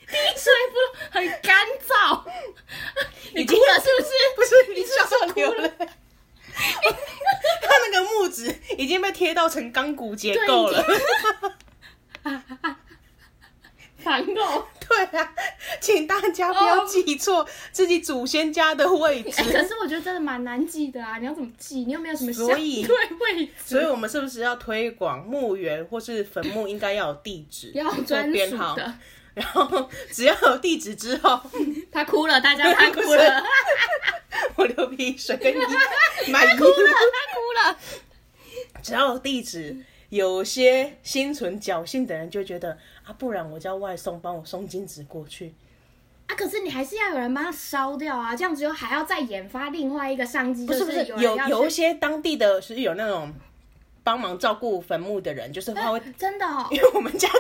Speaker 2: 滴水不漏很干燥。你哭了是不是？
Speaker 1: 不是你笑
Speaker 2: 说
Speaker 1: 到流泪。他那个木纸已经被贴到成钢骨结构了，
Speaker 2: 烦哦。
Speaker 1: 对啊，请大家不要记错自己祖先家的位置
Speaker 2: 哎、。 可是我觉得真的蛮难记的啊！你要怎么记？你有没有什么相
Speaker 1: 所以
Speaker 2: 对位置？
Speaker 1: 所以，我们是不是要推广墓园或是坟墓应该要有地址，
Speaker 2: 要
Speaker 1: 或
Speaker 2: 专
Speaker 1: 编
Speaker 2: 属
Speaker 1: 号，
Speaker 2: 的。
Speaker 1: 然后只要有地址之后，
Speaker 2: 他哭了，大 家他哭了，
Speaker 1: 我流鼻水跟你满
Speaker 2: 他
Speaker 1: 意
Speaker 2: 哭。了，他哭了。
Speaker 1: 只要有地址，有些心存侥幸的人就觉得啊，不然我叫外送帮我送金纸过去。
Speaker 2: 啊，可是你还是要有人帮他烧掉啊，这样子又还要再研发另外一个商机，
Speaker 1: 不是
Speaker 2: 就
Speaker 1: 不是，
Speaker 2: 有
Speaker 1: 有
Speaker 2: 人要
Speaker 1: 有一
Speaker 2: 去
Speaker 1: 些当地的是有那种帮忙照顾坟墓的人，就是他会，。
Speaker 2: 真的哦
Speaker 1: 因为我们家的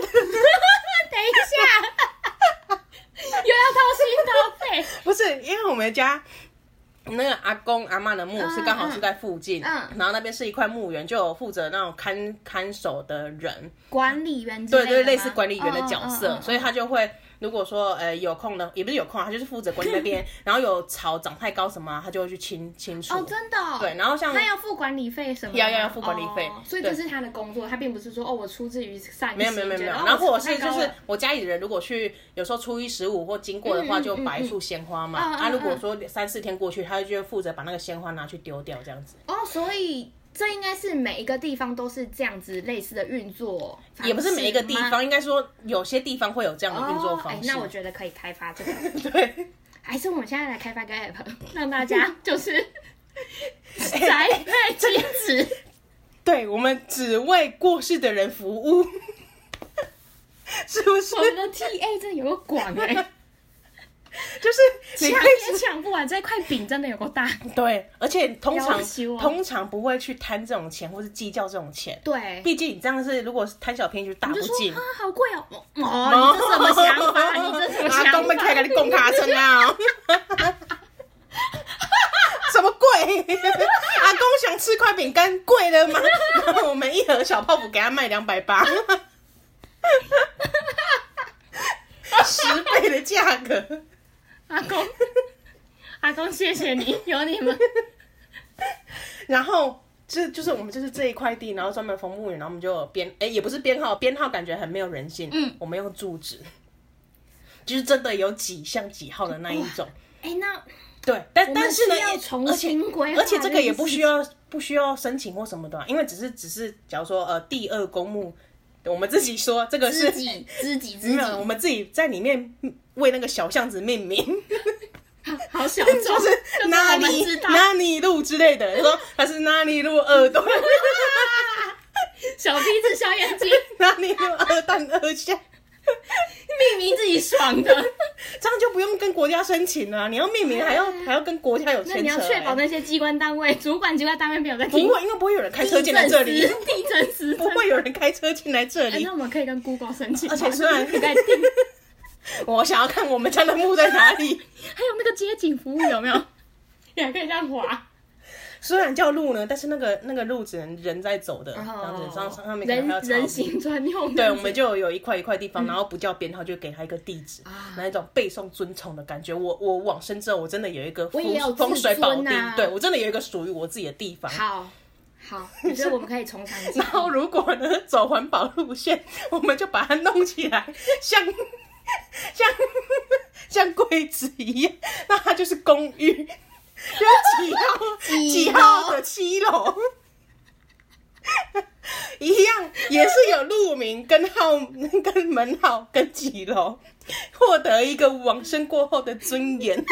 Speaker 2: 等一下，又要掏心掏肺。
Speaker 1: 不是，因为我们家那个阿公阿妈的墓是刚好住在附近，
Speaker 2: 嗯嗯
Speaker 1: 然后那边是一块墓园，就有负责那种看看守的人，
Speaker 2: 管理员之
Speaker 1: 对
Speaker 2: 的
Speaker 1: 对，
Speaker 2: 吗
Speaker 1: 类似管理员的角色，
Speaker 2: 嗯嗯嗯嗯
Speaker 1: 所以他就会。如果说呃有空的，也不是有空啊，他就是负责管理那 边，然后有草长太高什么啊，他就会去清清除。
Speaker 2: 哦，真的哦、
Speaker 1: 对，然后像
Speaker 2: 他要付管理费什么的吗？
Speaker 1: 要要要付管理费
Speaker 2: 哦所以
Speaker 1: 对
Speaker 2: 这是他的工作，他并不是说哦，我出自于善心，
Speaker 1: 没有没有没有没有，
Speaker 2: 觉得哦
Speaker 1: 然后或
Speaker 2: 我
Speaker 1: 者是
Speaker 2: 太
Speaker 1: 就
Speaker 2: 高
Speaker 1: 是
Speaker 2: 了
Speaker 1: 我家里的人如果去，有时候初一十五或经过的话，
Speaker 2: 嗯嗯
Speaker 1: 就摆一
Speaker 2: 嗯嗯
Speaker 1: 束鲜花嘛。
Speaker 2: 嗯嗯
Speaker 1: 啊，如果
Speaker 2: 嗯
Speaker 1: 说三四天过去，他就会负责把那个鲜花拿去丢掉这样子。
Speaker 2: 哦，所以这应该是每一个地方都是这样子类似的运作方式吗，
Speaker 1: 也不是每一个地方，应该说有些地方会有这样的运作
Speaker 2: 哦哎
Speaker 1: 方式。
Speaker 2: 那我觉得可以开发这个，
Speaker 1: 对，
Speaker 2: 还是我们现在来开发个 app，让 大家就是
Speaker 1: 哎
Speaker 2: 宅配金子。
Speaker 1: 对我们只为过世的人服务，是不是
Speaker 2: 我？们的 TA 真的有个广 哎、
Speaker 1: 就是
Speaker 2: 抢
Speaker 1: 你开
Speaker 2: 也
Speaker 1: 始
Speaker 2: 抢不完，这块饼真的有够 大。
Speaker 1: 对，而且通常
Speaker 2: 要求哦
Speaker 1: 通常不会去贪这种钱，或是计较这种钱。
Speaker 2: 对，
Speaker 1: 毕竟你这样是，如果是贪小便宜就大
Speaker 2: 你
Speaker 1: 不
Speaker 2: 就说
Speaker 1: 敬
Speaker 2: 啊。，好贵哦！哦，哦你这什么 想法？你这什么想
Speaker 1: 阿公
Speaker 2: 法？
Speaker 1: 们开给你供卡声啊！什么贵？阿公想吃块饼干，贵了吗？然后我们一盒小泡芙给他卖两百八，十倍的价格。
Speaker 2: 阿公， 阿公，谢谢你，有 你们。
Speaker 1: 然后这就是我们就是这一块地，然后专门封墓园，然后我们就编，哎、也不是编号，编号感觉很没有人性。
Speaker 2: 嗯，
Speaker 1: 我们用住址，就是真的有几项几号的那一种。
Speaker 2: 哎，那
Speaker 1: 对，但
Speaker 2: 我们
Speaker 1: 但是呢，
Speaker 2: 需要
Speaker 1: 也
Speaker 2: 重
Speaker 1: 而且
Speaker 2: 新规划
Speaker 1: 而且这个也不
Speaker 2: 这件事
Speaker 1: 需要不需要申请或什么的啊、因为只是只是假如说呃第二公墓，我们自己说这个
Speaker 3: 知
Speaker 1: 是
Speaker 3: 己知己知
Speaker 1: 没有，我
Speaker 3: 己，
Speaker 1: 们自己在里面为那个小巷子命名，
Speaker 2: 好小众，就
Speaker 1: 就是
Speaker 2: 是
Speaker 1: 哪
Speaker 2: 我们
Speaker 1: 里
Speaker 2: 知道
Speaker 1: 哪里路之类的，说它是哪里路二段，
Speaker 2: 小鼻子小 眼睛，
Speaker 1: 哪里路二段二巷，
Speaker 2: 命名自己爽的。
Speaker 1: 这样就不用跟国家申请了啊、你要命名还要还要跟国家有牵扯、
Speaker 2: 哎那你要确保
Speaker 1: 欸
Speaker 2: 那些机关单位、主管机关单位没有在
Speaker 1: 不
Speaker 2: 听。
Speaker 1: 会，因为不会有人开
Speaker 2: 地
Speaker 1: 车
Speaker 2: 震
Speaker 1: 进来这里
Speaker 2: 师，地震师
Speaker 1: 不会有人开车进来这
Speaker 2: 哎，
Speaker 1: 里
Speaker 2: 那。我们可以跟 Google 申请吗，
Speaker 1: 而且虽然
Speaker 2: 你在听，
Speaker 1: 我想要看我们家的墓在哪 里。
Speaker 2: 还有那个街景服务有没有？也可以这样滑，
Speaker 1: 虽然叫路呢，但是那个那个路只能人在走的，这样
Speaker 2: 哦
Speaker 1: 子上上上面可能
Speaker 2: 人
Speaker 1: 还要草
Speaker 2: 人行专用的。
Speaker 1: 对，我们就有一块一块地
Speaker 2: 嗯
Speaker 1: 方，然后不叫编号，就给他一个地址，
Speaker 2: 啊
Speaker 1: 那一种背诵尊崇的感觉。我我往生之后，我真的有一个
Speaker 2: 我
Speaker 1: 风
Speaker 2: 也有
Speaker 1: 风水宝
Speaker 2: 自
Speaker 1: 地
Speaker 2: 尊啊，
Speaker 1: 对我真的有一个属于我自己的地方。
Speaker 2: 好好，我觉得我们可以从长 计
Speaker 1: 然后
Speaker 2: 议。
Speaker 1: 如果呢走环保路线， 我们就把它弄起来，像 像 像柜子一样，那它就是公寓， 就是几号
Speaker 3: 几
Speaker 1: 几号的七楼。 一样也是有路名、跟号、 跟门号、跟几楼，获得一个往生过后的尊严。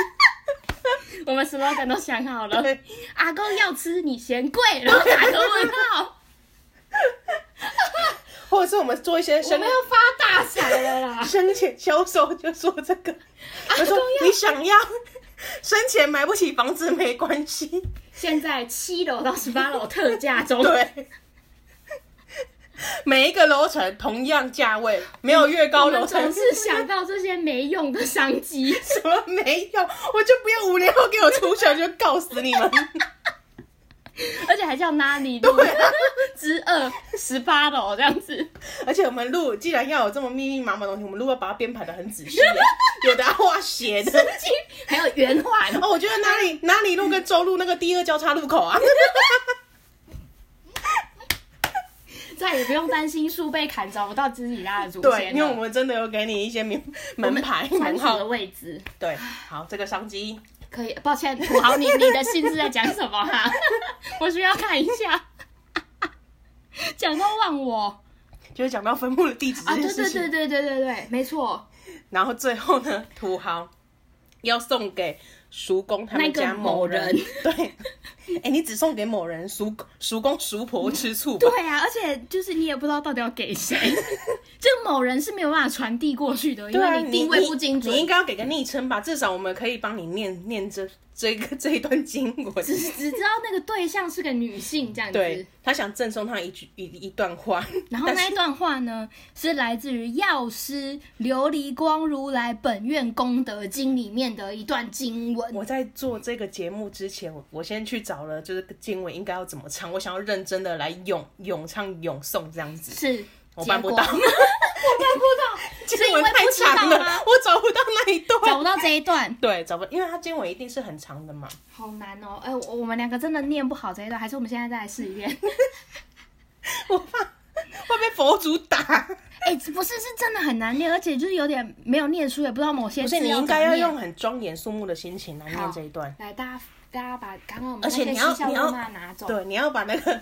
Speaker 2: 我们 slogan 都想好了，
Speaker 1: 对
Speaker 2: 阿公要吃你嫌贵，然后打个问号。
Speaker 1: 或者是我们做一些
Speaker 2: 我
Speaker 1: 生
Speaker 2: 们要发大财了 啦！
Speaker 1: 生前销售就说这个，我说
Speaker 2: 都要
Speaker 1: 你想要生前买不起房子没关系，
Speaker 2: 现在七楼到十八楼特价中，
Speaker 1: 对，每一个楼层同样价位，没有越高
Speaker 2: 我
Speaker 1: 楼
Speaker 2: 们
Speaker 1: 层
Speaker 2: 总是想到这些没用的商机。
Speaker 1: 什么没有，我就不要五年后给我出手就告死你 们，
Speaker 2: 而且还叫 Nani 路
Speaker 1: 啊
Speaker 2: 之二十八楼这样子，
Speaker 1: 而且我们录既然要有这么密密麻麻的东西，我们录要把它编排的很仔细，有的要画斜 的。
Speaker 2: 还有圆环，
Speaker 1: 哦，我觉得哪里哪里路跟周路那个第二交叉路口 啊，
Speaker 2: 再也不用担心树被砍找不到自己家的祖
Speaker 1: 对，
Speaker 2: 先了。
Speaker 1: 因为我们真的有给你一些 名门牌
Speaker 2: 专
Speaker 1: 门
Speaker 2: 属
Speaker 1: 号
Speaker 2: 的位置
Speaker 1: 对，好，这个商机，
Speaker 2: 可以。抱歉，土豪你你的信是在讲什么哈、 我需要看一下。 讲到忘我
Speaker 1: 就是讲到分墓的地址
Speaker 2: 啊，
Speaker 1: 这
Speaker 2: 对
Speaker 1: 件事
Speaker 2: 对
Speaker 1: 情。
Speaker 2: 对对对对对，没错，
Speaker 1: 然后最后呢，土豪要送给叔公他们
Speaker 2: 那
Speaker 1: 家
Speaker 2: 个某
Speaker 1: 人。
Speaker 2: 人
Speaker 1: 对，哎、你只送给某人，叔叔公叔婆吃醋吧。
Speaker 2: 对啊，而且就是你也不知道到底要 给谁，就某人是没有办法传递过去的，因
Speaker 1: 对啊，
Speaker 2: 为
Speaker 1: 你
Speaker 2: 定位不
Speaker 1: 你
Speaker 2: 精准
Speaker 1: 你，应该要给个昵称吧，至少我们可以帮你念念这这 个这一段经文。
Speaker 2: 只只知道那个对象是个女性这样
Speaker 1: 对
Speaker 2: 子。
Speaker 1: 他想赠送他一句一一段话，
Speaker 2: 然后
Speaker 1: 但
Speaker 2: 那
Speaker 1: 是
Speaker 2: 一段话呢，是来自于《药师琉璃光如来本愿功德经》里面的一段经文。
Speaker 1: 我在做这个节目之前，我我先去找了，就是经文应该要怎么唱，我想要认真的来咏咏唱咏诵这样子。
Speaker 2: 是，
Speaker 1: 我办不
Speaker 2: 结
Speaker 1: 到，
Speaker 2: 果 是
Speaker 1: 经
Speaker 2: 因为
Speaker 1: 文太
Speaker 2: 不知道
Speaker 1: 长了
Speaker 2: 吗，
Speaker 1: 我找不到那一
Speaker 2: 找
Speaker 1: 段。
Speaker 2: 不到这一段，
Speaker 1: 对，找不，因为它经文一定是很长的嘛。
Speaker 2: 好难哦。哎、我我们两个真的念不好这一段，还是我们现在再来试一遍？
Speaker 1: 我怕会被佛祖打。
Speaker 2: 哎、不是，是真的很难念，而且就是有点没有念书，也不知道某些
Speaker 1: 不
Speaker 2: 字
Speaker 1: 是，你应
Speaker 2: 怎
Speaker 1: 该
Speaker 2: 么
Speaker 1: 要
Speaker 2: 念
Speaker 1: 用很庄严肃穆的心情来念这一段。
Speaker 2: 来，大家大家把刚刚我们
Speaker 1: 而且
Speaker 2: 那
Speaker 1: 你
Speaker 2: 些
Speaker 1: 要
Speaker 2: 嬉笑
Speaker 1: 你
Speaker 2: 怒
Speaker 1: 要
Speaker 2: 骂拿走。
Speaker 1: 对，你要把那个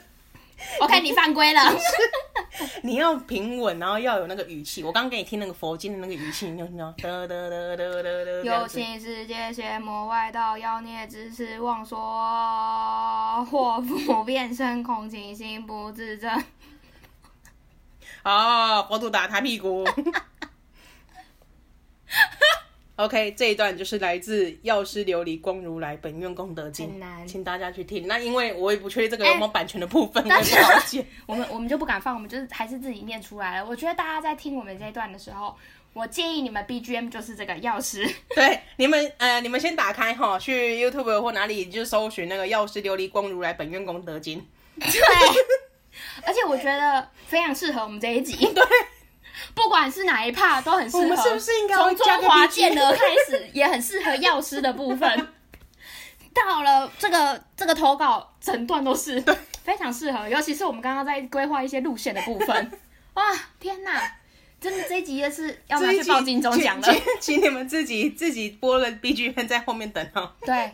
Speaker 2: OK，你犯规了。
Speaker 1: 你要平稳，然后要有那个语气。我刚刚给你听那个佛经的那个语气，你就听到得得得得得得。这样
Speaker 2: 有
Speaker 1: 子
Speaker 2: 情世界邪魔外道妖孽之事妄说，祸福变身恐情心不自正。
Speaker 1: 哦，佛祖打他屁股。OK，这一段就是来自《药师琉璃光如来本愿功德经
Speaker 2: 很》，难
Speaker 1: 请大家去听。那因为我也不确定这个有没有
Speaker 2: 哎
Speaker 1: 版权的部分，我也
Speaker 2: 但
Speaker 1: 不
Speaker 2: 是
Speaker 1: 了解。
Speaker 2: 我们我们就不敢放，我们就是还是自己念出来了。我觉得大家在听我们这一段的时候，我建议你们 BGM 就是这个钥匙。
Speaker 1: 对，你们呃，你们先打开哈，去 YouTube 或哪里就搜寻那个《药师琉璃光如来本愿功德经》。
Speaker 2: 对，而且我觉得非常适合我们这一集。
Speaker 1: 对，
Speaker 2: 不管是哪一 part 都很适合。
Speaker 1: 我们是不是应该
Speaker 2: 从
Speaker 1: 加
Speaker 2: 中
Speaker 1: 个
Speaker 2: 华
Speaker 1: BGM？
Speaker 2: 健儿开始，也很适合药师的部 分？到了这个这个投稿，整段都是 非常适合，尤其是我们刚刚在规划一些路线的部分。哇，天哪！真的这一集也是要拿
Speaker 1: 这一
Speaker 2: 去
Speaker 1: 集
Speaker 2: 报金钟奖了
Speaker 1: 请。请请你们自己自己播了 B G 片在后面等哦。
Speaker 2: 对，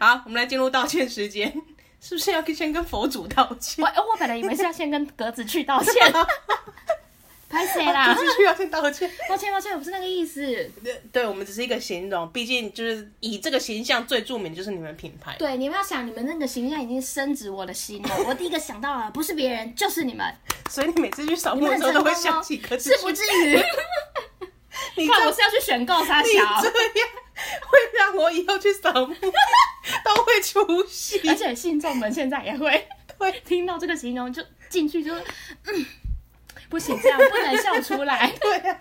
Speaker 1: 好，我们来进入道歉时间，是不是要先跟佛祖道歉
Speaker 2: 我？哦我本来以为是要先跟格子去道歉， 拍谁
Speaker 1: 啊
Speaker 2: 啦
Speaker 1: 不？是需要先道歉。
Speaker 2: 抱歉抱歉，我不是那个意思。
Speaker 1: 对对，我们只是一个形容，毕竟就是以这个形象最著名就是你们品牌。
Speaker 2: 对，你们要想，你们那个形象已经深植我的心了。我第一个想到了，不是别人，就是你们，
Speaker 1: 所以你每次去扫
Speaker 2: 你
Speaker 1: 墓
Speaker 2: 们
Speaker 1: 的
Speaker 2: 很
Speaker 1: 时候
Speaker 2: 成
Speaker 1: 都
Speaker 2: 功
Speaker 1: 会想
Speaker 2: 哦，
Speaker 1: 起可
Speaker 2: 是不至于。
Speaker 1: 你这
Speaker 2: 看我
Speaker 1: 样
Speaker 2: 是要去选购啥
Speaker 1: 你这样
Speaker 2: 小，
Speaker 1: 会让我以后去扫墓都会出戏。
Speaker 2: 而且信众们现在也会
Speaker 1: 对
Speaker 2: 听到这个形容就进去就，嗯，不行，这样不能笑出来，
Speaker 1: 对啊。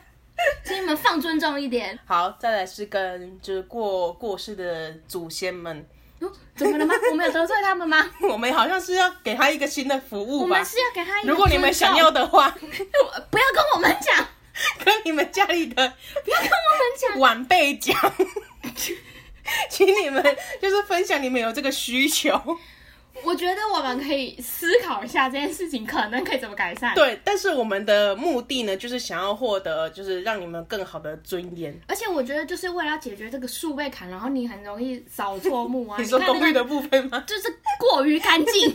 Speaker 2: 请你们放尊重一点。
Speaker 1: 好，再来是跟就是过过世的祖先们，
Speaker 2: 哦怎么了吗？我们有得罪他们吗？
Speaker 1: 我们好像是要给他一个新的服
Speaker 2: 我
Speaker 1: 务吧
Speaker 2: 们。是要给他一个
Speaker 1: 如果你们想要
Speaker 2: 尊
Speaker 1: 的话，
Speaker 2: 重， 不要跟我们讲，
Speaker 1: 跟你们家里的
Speaker 2: 不要跟我们讲。
Speaker 1: 晚辈讲， 请你们就是分享你们有这个需 求。
Speaker 2: 我觉得我们可以思考一下这件事情，可能可以怎么改善。，
Speaker 1: 对，但是我们的目的呢，就是想要获得，就是让你们更好的尊严。
Speaker 2: 而且我觉得就是为了要解决这个数位坎，然后你很容易扫错墓啊。
Speaker 1: 你说
Speaker 2: 看那
Speaker 1: 公
Speaker 2: 个
Speaker 1: 寓的部分吗？
Speaker 2: 就是过于干 净，你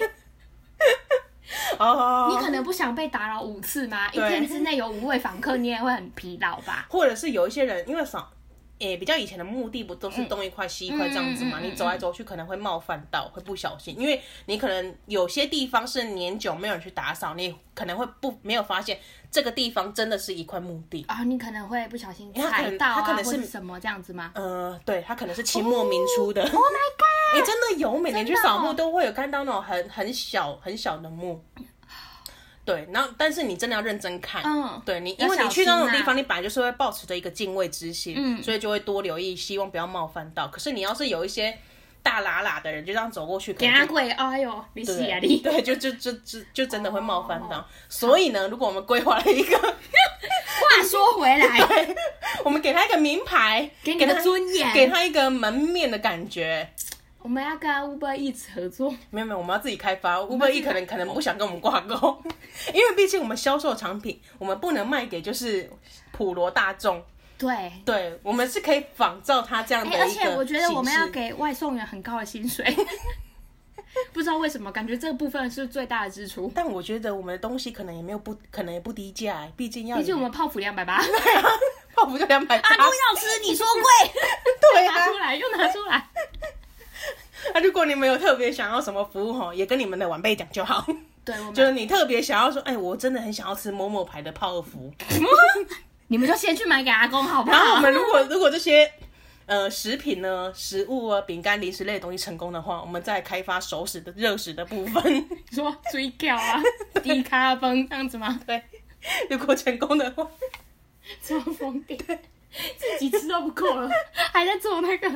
Speaker 1: 哦，
Speaker 2: 可能不想被打扰五次 吗？一
Speaker 1: 对
Speaker 2: 天之内有五位访客，你也会很疲劳吧？
Speaker 1: 或者是有一些人因为少，诶、比较以前的墓地不都是东一块西一块这样子嘛？
Speaker 2: 嗯嗯嗯嗯
Speaker 1: 你走来走去可能会冒犯到，会不小心，因为你可能有些地方是年久没有人去打扫，你可能会不没有发现这个地方真的是一块墓地。
Speaker 2: 啊，你可能会不小心
Speaker 1: 因为他可
Speaker 2: 踩
Speaker 1: 能
Speaker 2: 到啊，
Speaker 1: 他可能
Speaker 2: 或
Speaker 1: 是
Speaker 2: 是什么这样子吗？
Speaker 1: 呃，对，它可能是清末民初的。Oh, my god！你、 真的有，每年去扫墓
Speaker 2: 哦
Speaker 1: 都会有看到那种很很小很小的墓。对，然后但是你真的要认真看，
Speaker 2: 嗯
Speaker 1: 对你，
Speaker 2: 要
Speaker 1: 因为你去
Speaker 2: 小
Speaker 1: 那
Speaker 2: 心
Speaker 1: 种地方，
Speaker 2: 啊
Speaker 1: 你本来就是会保持着一个敬畏之心，
Speaker 2: 嗯
Speaker 1: 所以就会多留意，希望不要冒犯到。可是你要是有一些大喇喇的人，就这样走过去，可
Speaker 2: 给
Speaker 1: 能
Speaker 2: 他
Speaker 1: 就
Speaker 2: 跪，哎呦，你死啊
Speaker 1: 对
Speaker 2: 你！
Speaker 1: 对，就就就就就真的会冒犯到。
Speaker 2: 哦
Speaker 1: 所以呢，如果我们规划了一个，
Speaker 2: 话说回来，
Speaker 1: 我们给他一个名牌，
Speaker 2: 给你
Speaker 1: 给
Speaker 2: 们
Speaker 1: 他
Speaker 2: 尊严，
Speaker 1: 给他一个门面的感觉，
Speaker 2: 我们要跟 Uber Eats 合作，
Speaker 1: 没有没有，我们要自己开发。Uber E 可能可能不想跟我们挂
Speaker 2: 哦
Speaker 1: 钩，因为毕竟我们销售产品，我们不能卖给就是普罗大众。
Speaker 2: 对。
Speaker 1: 对，我们是可以仿照他这样的
Speaker 2: 哎、
Speaker 1: 一个
Speaker 2: 而
Speaker 1: 形式、
Speaker 2: 且我觉得我们要给外送员很高的 薪水，不知道为什么，感觉这个部分是最大的支出。
Speaker 1: 但我觉得我们的东西可能也没有不，可能也不低价、毕竟要
Speaker 2: 毕竟我们泡芙两百八，阿
Speaker 1: 对啊，泡芙就两百 八，
Speaker 2: 要吃，你说贵，
Speaker 1: 对
Speaker 2: 拿
Speaker 1: 啊
Speaker 2: 出。来又拿出来。
Speaker 1: 那如果你们有特别想要什么服务吼，也跟你们的晚辈讲就好。
Speaker 2: 对，我们
Speaker 1: 就是你特别想要说，哎、我真的很想要吃某某牌的泡芙，
Speaker 2: 嗯你们就先去买给阿公好不好？
Speaker 1: 然后我们如果如果这些呃食品呢、食物啊、饼干、零食类的东西成功的话，我们再开发熟食的热食的部 分。
Speaker 2: 你说追掉啊，低咖崩这样子吗？
Speaker 1: 对，如果成功的话，
Speaker 2: 做疯点，自己吃都不够了，还在做那个，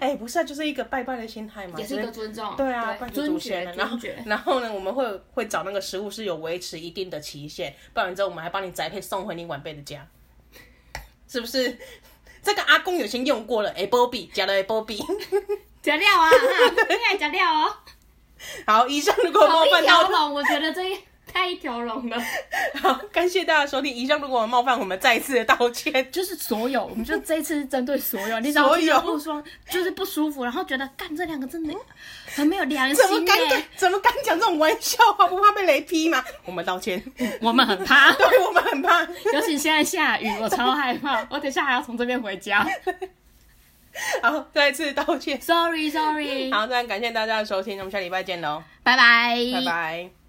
Speaker 1: 哎、不是啊，就是一个拜拜的心态嘛，
Speaker 2: 也是一个
Speaker 1: 就是
Speaker 2: 尊重，
Speaker 1: 对啊，拜给祖
Speaker 2: 尊
Speaker 1: 先
Speaker 2: 爵
Speaker 1: 的，然后
Speaker 2: 尊爵。
Speaker 1: 然后呢，我们会会找那个食物是有维持一定的期限，不然之后我们还帮你宅配送回你晚辈的家，是不是？ 这个阿公有先用过了，哎波比加了哎波比。
Speaker 2: 加料啊，哈你也加料哦，
Speaker 1: 好，以上如果
Speaker 2: 好
Speaker 1: 冒
Speaker 2: 一
Speaker 1: 犯
Speaker 2: 条
Speaker 1: 到
Speaker 2: 龙，我觉得这一太一条龙了。
Speaker 1: 好，感谢大家收听。以上如果有冒犯，我们再次的道歉。
Speaker 2: 就是所有，我们就这一次是针对所有，你只要
Speaker 1: 所
Speaker 2: 听
Speaker 1: 有
Speaker 2: 到不爽，就是不舒服，然后觉得干这两个真的很没有 良
Speaker 1: 怎么
Speaker 2: 心欸
Speaker 1: 敢
Speaker 2: 耶、
Speaker 1: 敢怎么敢讲这种玩笑话？不怕被雷劈吗？我们道 歉，
Speaker 2: 我们很怕，
Speaker 1: 对我们很怕。
Speaker 2: 尤其现在下雨，我超害怕，我等一下还要从这边回家。
Speaker 1: 好，再一次道歉。
Speaker 2: 嗯 Sorry，Sorry，
Speaker 1: 好，那感谢大家的收听，我们下礼拜见喽，
Speaker 2: 拜拜，
Speaker 1: 拜拜。